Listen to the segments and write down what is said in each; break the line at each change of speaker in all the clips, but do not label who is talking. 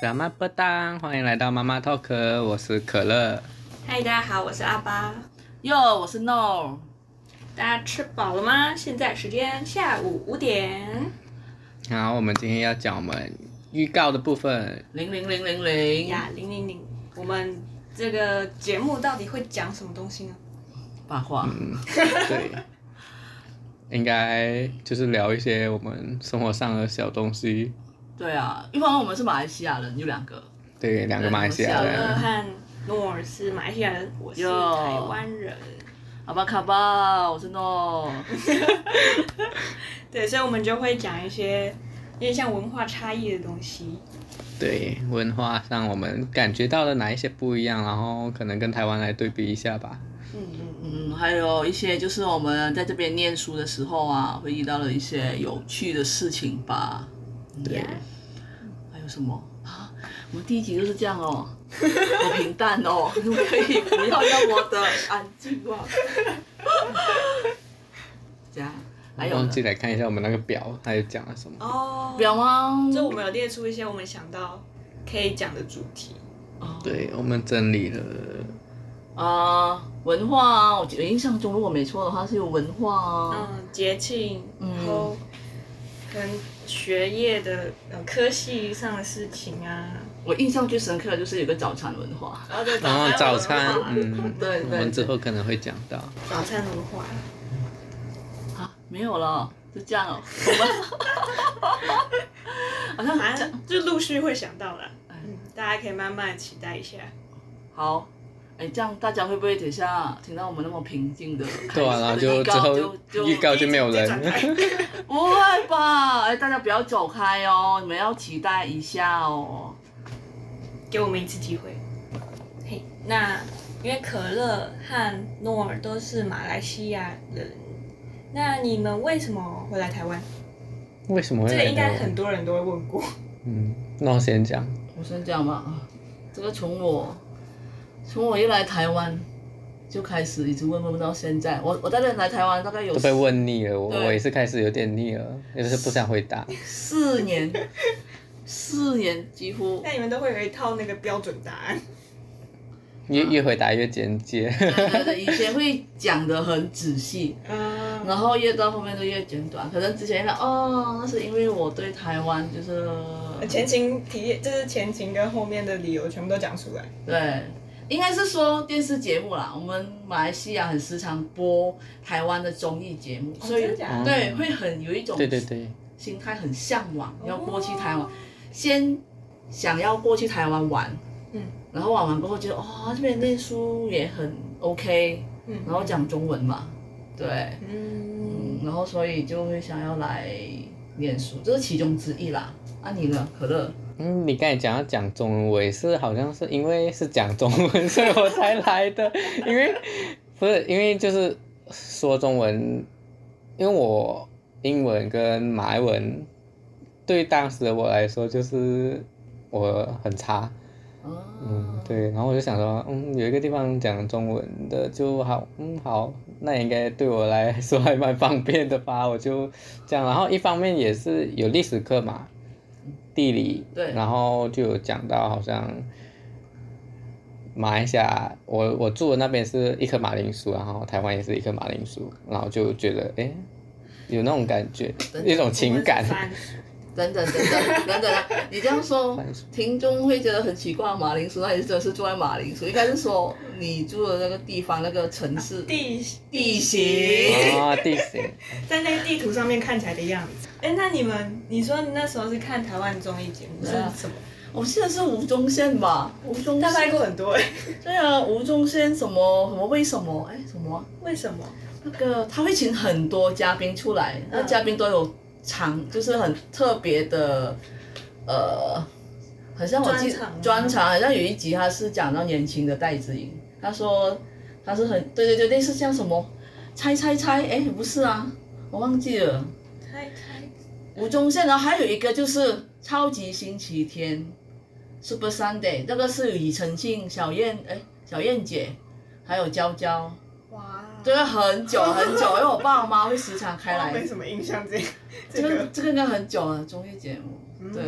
什么不当？欢迎来到妈妈 talk，我是可乐。
嗨，大家好，我是阿巴。
哟，我是 No。
大家吃饱了吗？现在时间下午五点。
然后我们今天要讲我们预告的部分，
零零零零零，
呀，零零零，我们这个节目到底会讲什么东西呢？
八卦，
嗯对，应该就是聊一些我们生活上的小东西。
对啊，一方面我们是马来西亚人，有两个，
对，两个马来西亚
对
乐
人，
呃和诺尔是马来西亚人，我是
哟
台湾人。
阿巴卡巴，我是 No。
对，所以我们就会讲一些有点像文化差异的东西。
对文化上我们感觉到了哪一些不一样，然后可能跟台湾来对比一下吧。
嗯嗯嗯，
嗯，还有一些就是我们在这边念书的时候啊，会遇到了一些有趣的事情吧。
对
呀
还有什么啊？我们第一集就是这样哦，好平淡哦，可不可以不要让我的安静啊？ 这样，还有
忘
呢
记来看一下我们那个表，它又讲了什么？
哦，
表吗？
就我们有列出一些我们想到可以讲的主题。
哦
对我们整理 了，
啊、文化啊，我记得印象中如果没错的话是有文化啊，
嗯，节庆，
嗯
然后可能学业的呃科系上的事情啊，
我印象最深刻的就是有个早餐文化，
然后对
然后早餐，
嗯，
嗯，
对对
我们之后可能会讲到。
早餐文化，
啊，没有了，就这样哦。我们好像
反
这
正就陆续会想到啦。
哎
嗯，大家可以慢慢地期待一下。
好，哎，这样大家会不会等一下听到我们那么平静的开始？
对啊，然后就
预
之
告
后
就
预告就没有人。
不会吧？哎，大家不要走开哦，你们要期待一下哦。
给我们一次机会。 嘿，那因为可乐和诺尔都是马来西亚人，那你们为什么会来台湾？
为什么会
这
来
个应该
台湾
很多人都会问过。
嗯，那我先讲。
我先讲吧，啊这个从我从我一来台湾就开始一直问问到现在，我我在这来台湾大概有
都被问腻了，我
对
我也是开始有点腻了，也是不想回答。
四年，四年几乎
那你们都会有一套那个标准答案。
越越回答越简洁。
对对以前会讲的很仔细，
嗯，
然后越到后面就越简短。可能之前讲哦，那是因为我对台湾就是
前情提就是前情跟后面的理由全部都讲出来。
对，应该是说电视节目啦，我们马来西亚很时常播台湾的综艺节目，所以
哦真的假的
对会很有一种
对对对，
心态很向往，要过去台湾，先想要过去台湾玩，
嗯，
然后玩完过后觉得哦，这边念书也很 OK，
嗯
然后讲中文嘛，对，
嗯，
嗯，然后所以就会想要来念书，这是其中之一啦。啊，你呢，可乐？
嗯，你刚才讲要讲中文，我也是好像是因为是讲中文，所以我才来的。 因为不是因为就是说中文，因为我英文跟马来文对当时的我来说就是我很差。嗯
嗯，，
对，然后我就想说，嗯，有一个地方讲中文的就好，嗯，好，那也应该对我来 说还蛮方便的吧，我就这样。然后一方面也是有历史课嘛，地理，
对
然后就有讲到好像马来西亚，我我住的那边是一颗马铃薯，然后台湾也是一颗马铃薯，然后就觉得，哎，有那种感觉，一种情感，
等等等等等等啊，你这样说，听众会觉得很奇怪。马铃薯，那你真的是住在马铃薯？应该是说你住的那个地方，那个城市
地
地形
啊，地形，
在那个地图上面看起来的样子。哎，那你们，你说你那时候是看台湾综艺节目是
对啊
什么？
我记得是吴宗宪吧？吴宗
他拍
宪，
过很多哎，
对啊，吴宗宪什么什么为什么？哎，什么啊、
为什么？
那个他会请很多嘉宾出来，那嘉宾都有长，就是很特别的，呃，好像我记
专场吗
专场，好像有一集他是讲到年轻的戴资颖，他说他是很对对对，类似像什么猜猜猜，哎，不是啊，我忘记了，
猜猜
吴宗宪，然后还有一个就是超级星期天，Super Sunday，那个是庾澄庆、小燕，哎，小燕姐，还有娇娇。
哇，
对，很久很久，因为我爸妈会时常开
我
来
哦
没，什么印象这这
这个
个，
这个应该很久了，综艺节目。对，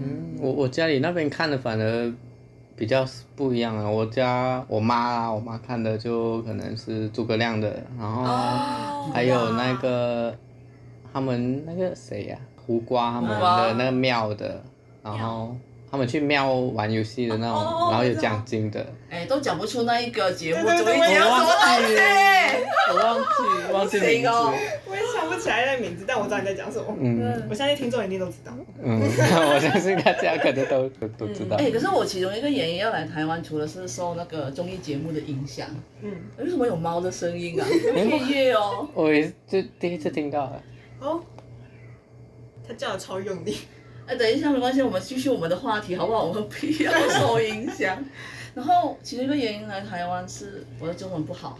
嗯，我我家里那边看的反而比较不一样啊。我家我妈啊，我妈看的就可能是诸葛亮的，然后
哦
还有那个他们那个谁呀、胡瓜他们
胡瓜
的那个庙的，然后他们去庙玩游戏的那种，
哦哦
然后有
我知道
奖金的。
哎，都讲不出那一个节目，
对对
怎么
对
一
我也
讲
要
什
说
么
对
我忘记忘记名
谁
字，
哦
我也想不起来那个名字，但我知道你在讲什么。
嗯
我相信听众一定都知道。
嗯， 我相信大家可能都都都知道。
哎，可是我其中一个原因要来台湾，除了是受那个综艺节目的影响，
嗯，
为什么有猫的 声音啊？配乐哦，
我也是就第一次听到啊了，
哦，他叫的超用力。
哎，等一下，没关系，我们继续我们的话题好不好？我们不要受影响。 然后其中一个原因来台湾是我的中文不好，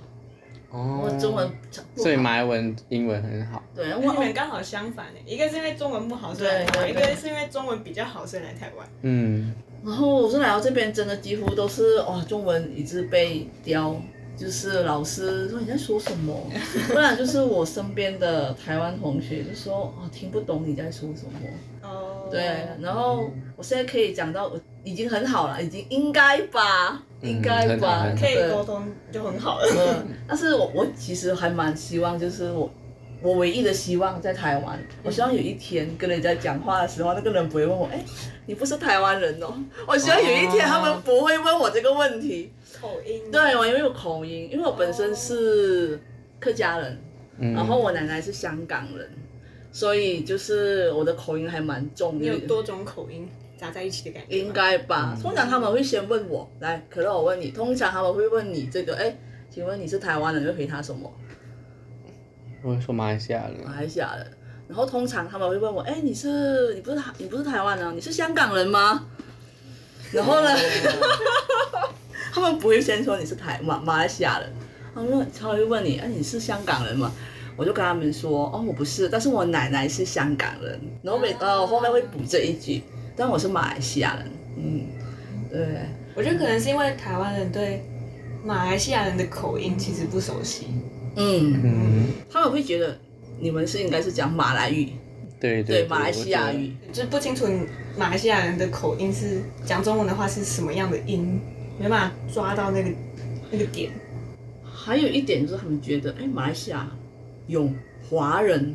哦
我中文不
所以
好，
马来文、英文很好。
对，
你 们
我哦
刚好相反诶，一个是因为中文不好所以来台湾，
对对
一
对
个是因为中文比较好所以来台湾。
嗯，
然后我是来到这边，真的几乎都是哇，中文一直被雕，就是老师说你在说什么， 不然就是我身边的台湾同学就说哦听不懂你在说什么，
哦，
对，然后我现在可以讲到已经很好了，已经应该吧，
嗯
应该吧，
很好很好
可以
对
沟通就很好了。
呃，但是我我其实还蛮希望，就是我我唯一的希望在台湾，我希望有一天跟人家讲话的时候，那个人不会问我，哎，你不是台湾人哦。我希望有一天他
哦
们不会问我这个问题。
口音。
对，我因为有口音，因为我本身是客家人，
嗯
然后我奶奶是香港人，所以就是我的口音还蛮重
你
的
有。多种口音杂在一起的感觉吗。
应该吧。
嗯
通常他们会先问我，来，可乐，我问你，通常他们会问你这个，哎，请问你是台湾人，你会回他什么？
我会说马来西亚人
马，来西亚人。然后通常他们会问我，哎，你是你不是台你不是台湾人、啊，你是香港人吗？然后呢， 他们不会先说你是台马马来西亚人，他们问他们会问你，哎，你是香港人吗？我就跟他们说，哦，我不是，但是我奶奶是香港人。然后每呃，我后面会补这一句，但我是马来西亚人。嗯，对。
我觉得可能是因为台湾人对马来西亚人的口音其实不熟悉，
嗯，
嗯，
他们会觉得你们是应该是讲马来语，
对
对
对，
马来西亚语，
就是不清楚马来西亚人的口音是讲中文的话是什么样的音，没办法抓到那个那个点。
还有一点就是他们觉得，哎，马来西亚有华人，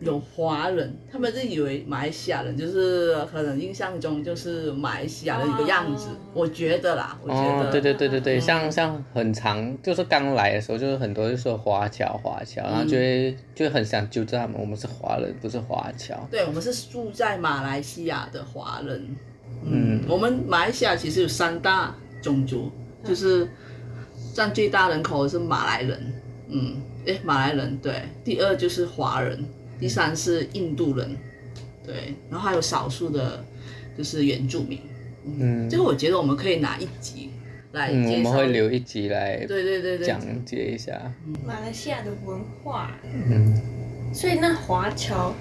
有华人，他们就以为马来西亚人就是可能印象中就是马来西亚的一个样子
哦，
我觉得啦，我
我
觉
觉得。
得，
哦，对对对对对，
嗯
像像很长，就是刚来的时候，就是很多就说华侨华侨，然后就
嗯
会就很想纠正他们，我们是华人，不是华侨。
对我们是住在马来西亚的华人，
嗯
我们马来西亚其实有三大种族，就是占最大人口的是马来人，嗯，诶，马来人对，第二就是华人，第三是印度人，对，然后还有少数的，就是原住民。
嗯
这个我觉得我们可以拿一集来
嗯，我
介
们
绍，
会留一集来
对对对对，
讲解一下。
马来西亚的文化。
嗯，
所以那华侨，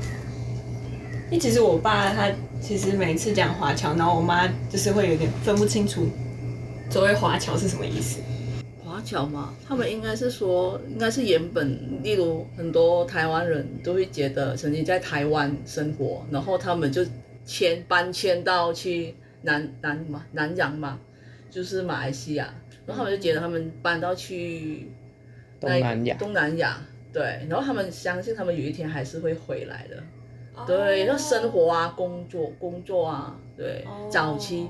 因为其实我爸他其实每次讲华侨，然后我妈就是会有点分不清楚所谓华侨是什么意思。
华侨嘛，他们应该是说，应该是原本，例如很多台湾人都会觉得曾经在台湾生活，然后他们就迁搬迁到去南南嘛南洋嘛，就是马来西亚，然后他们就觉得他们搬到去
东
那
南亚
东南亚，对，然后他们相信他们有一天还是会回来的，
哦
对，那生活啊，工作工作啊，对，早期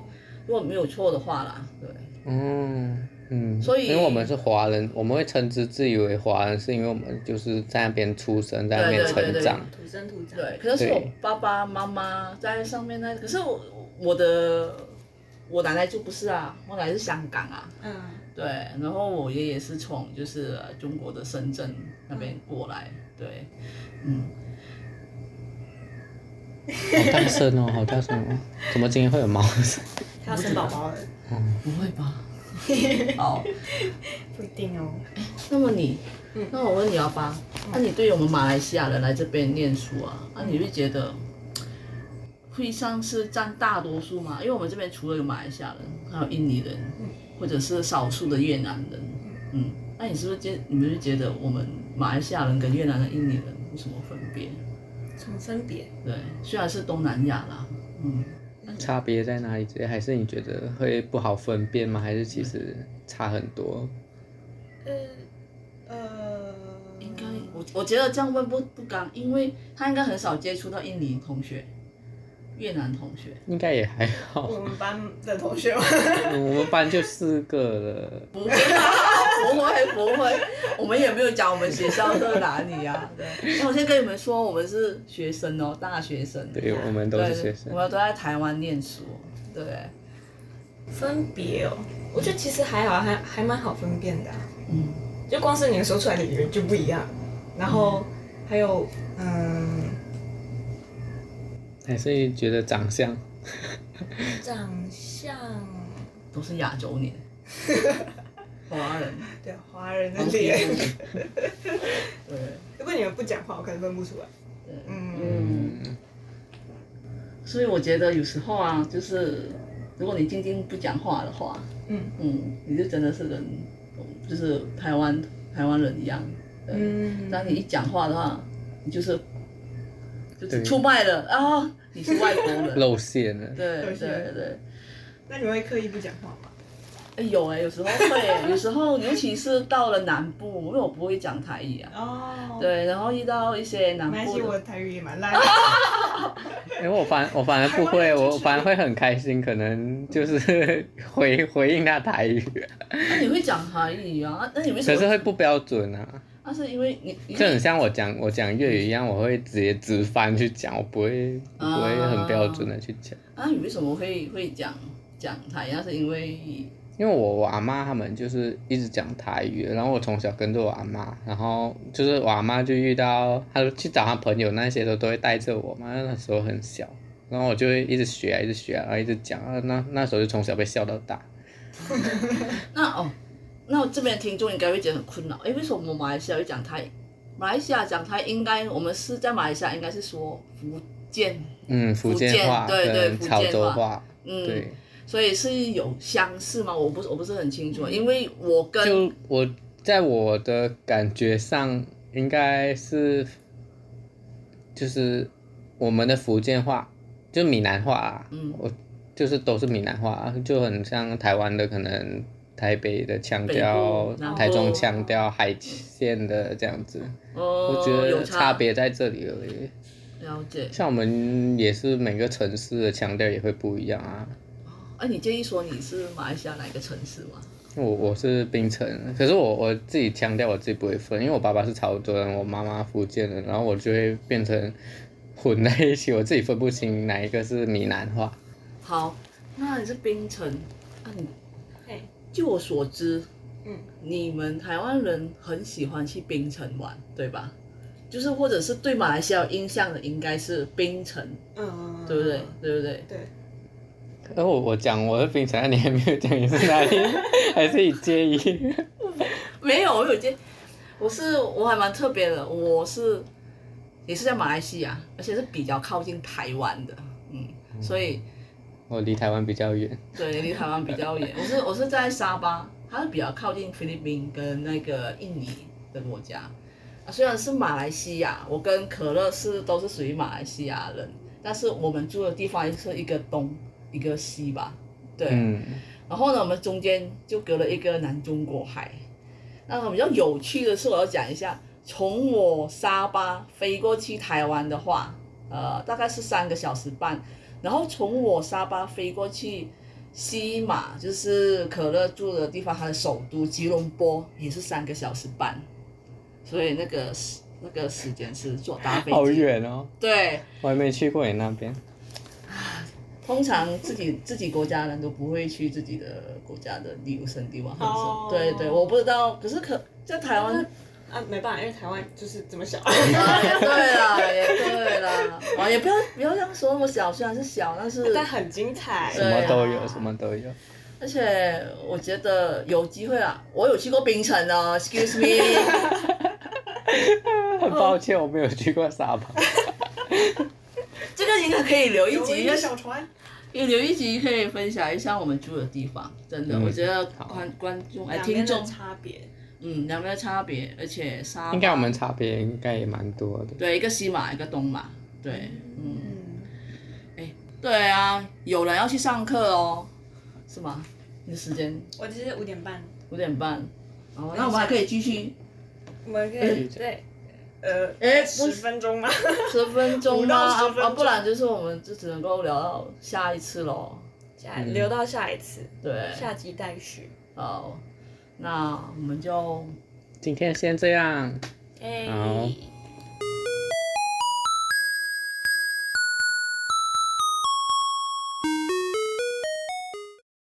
如果没有错的话啦，对，
嗯嗯，
所以
因为我们是华人，我们会称之自以为华人，是因为我们就是在那边出生，在那边
对对对
成长。
土生土长。
对，可是是我爸爸妈妈在上面那，可是我我的我奶奶就不是啊，我奶奶是香港啊，
嗯，
对，然后我爷爷是从就是呃中国的深圳那边过来，对，嗯，
好大声哦，好大声哦！怎么今天会有猫声？
他要生宝宝了，
不会吧？好，
不一定哦。
那么你
嗯，
那我问你阿啊爸，那你对于我们马来西亚人来这边念书啊，那你会觉得会像是占大多数吗？因为我们这边除了有马来西亚人，还有印尼人，或者是少数的越南人，嗯，那你是不是觉你们就觉得我们马来西亚人跟越南人、印尼人有什么分别？
什么分别？
对，虽然是东南亚啦，嗯
差别在哪里之类？还是你觉得会不好分辨吗？还是其实差很多？
呃呃，
应该我我觉得这样问不不刚，因为他应该很少接触到印尼同学、越南同学，
应该也还好。
我们班的同学吗？
我们班就四个了，
不会啊，不会不会，我们也没有讲我们学校在哪 里啊。对，因为我先跟你们说，我们是学生哦，大学生。
对，我们都是学生
我。们都在台湾念书。对，
分别哦，我觉得其实还好，还还蛮好分辨的啊、
嗯，
就光是你们说出来的语言就不一样，然后还有嗯
还是觉得长相，
长相，
都是亚 洲脸，华人。
对华人的
黄皮
脸
肤，对，
如果你们不讲话，我可能分不出来。嗯，
嗯，
嗯，
所以我觉得有时候啊，就是如果你静静不讲话的话，
嗯
嗯，你就真的是跟就是台湾台湾人一样。对
嗯
当你一讲话的话，你就是就是
对
出卖了啊，你是外国 人。
露馅了。
对
有
对
些人
对，
那你们会刻意不讲话吗？
哎有哎，有时候会 欸，有时候尤其是到了南部，因为我不会讲台语啊。
哦，
对，然后遇到一些南
没关
部
系，我
的，
的台语也蛮 烂。
因为我反我反而
台
不
湾
会，
人就是
我反而会很开心，可能就是 回回应他台语，
那你会讲台语啊？那你为什
可是
么？
会不标准啊。
那是因为你 你
就很像我讲我讲粤语一样，我会直接直翻去讲，我不会不
啊
会很标准的去讲，
啊，你为什么会会讲讲台语？那是因为
因为我我阿妈他们就是一直讲台语，然后我从小跟着我阿妈，然后就是我阿妈就遇到她去找她朋友那些都都会带着我嘛，那时候很小，然后我就会一直学啊一直学啊，然后一直讲啊，那那时候就从小被笑到大，
那哦，那我这边的听众应该会觉得很困扰，诶，为什么马来西亚会讲台语？马来西亚讲台语应该我们是在马来西亚应该是说福建，
嗯，福
福建
建话
对对
跟
福
潮
建
州
话
话，
嗯，
对，
所以是有相似吗？我不是我不是很清楚，因为我跟
嗯就我在我的感觉上，应该是就是我们的福建话，就闽南话、啊，
嗯
我就是都是闽南话、啊，就很像台湾的可能台北的腔
北
调
部南、
台中
部
腔调、海线的这样子，
呃
我觉得
有
差别在这里而已。
了解。
像我们也是每个城市的腔调也会不一样啊。
哎、你介意说你是马来西亚哪一个城市吗？
我我是槟城人，可是我我自己强调我自己不会分，因为我爸爸是潮州人，我妈妈福建人，然后我就会变成混在一起，我自己分不清哪一个是闽南话。
好，那你是槟城，啊你
嘿，
据我所知，
嗯，
你们台湾人很喜欢去槟城玩，对吧？就是或者是对马来西亚有印象的应该是槟城，
嗯，
对不对？对不对？
对，
而我我讲我是槟城，那你还没有讲你是哪里， 还是你介意？
没有，我有见，我是我还蛮特别的，我是也是在马来西亚，而且是比较靠近台湾的，嗯，所以
我离台湾比较远，
对离台湾比较远。我是我是在沙巴，它是比较靠近菲律宾跟那个印尼的国家。啊，虽然是马来西亚，我跟可乐是都是属于马来西亚人，但是我们住的地方是一个东一个西吧，对。
嗯，
然后呢，我们中间就隔了一个南中国海。那比较有趣的是，我要讲一下，从我沙巴飞过去台湾的话，呃，大概是三个小时半。然后从我沙巴飞过去西马，就是可乐住的地方，它的首都吉隆坡也是三个小时半。所以那个时那个时间是坐搭飞机，
好远哦，
对，
我还没去过你那边。
通常自己自己国家人都不会去自己的国家的旅游胜地玩，很少。
哦
对对，我不知道，可是可在台湾，
啊，没办法，因为台湾就是这么 小。
啊也对啦，也对啦，啊，也不要不要这样说那么小，虽然是小，但 是
但很精彩，
什么都
对
有，
啊
什么都有。
而且我觉得有机会啦，我有去过槟城哦 ，excuse me，
很抱歉，我没有去过沙 巴。
这个应该可以留一
有
集，
一
就
个
是
小船，
有留一集可以分享一下我们住的地方，真的，
嗯
我觉得
好
观观众哎
两
听
边的
众，
差别。
嗯，两边的差别，而且沙
应该我
巴
们差别应该也蛮多的。
嗯对，一个西马，一个东马，对，嗯，
嗯，
对啊，有人要去上课哦，是吗？你的时间
我就是五点半，
五点半，哦，那我们还可以继续
我们可以对，
嗯呃，
哎不
十分钟吗？
十分钟
五
吗？
到
啊
十分钟
啊，不然就是我们就只能够聊到下一次喽。
下留到下一次，
对，
下集待续。
好，那我们就
今天先这样。
哎
嗯
好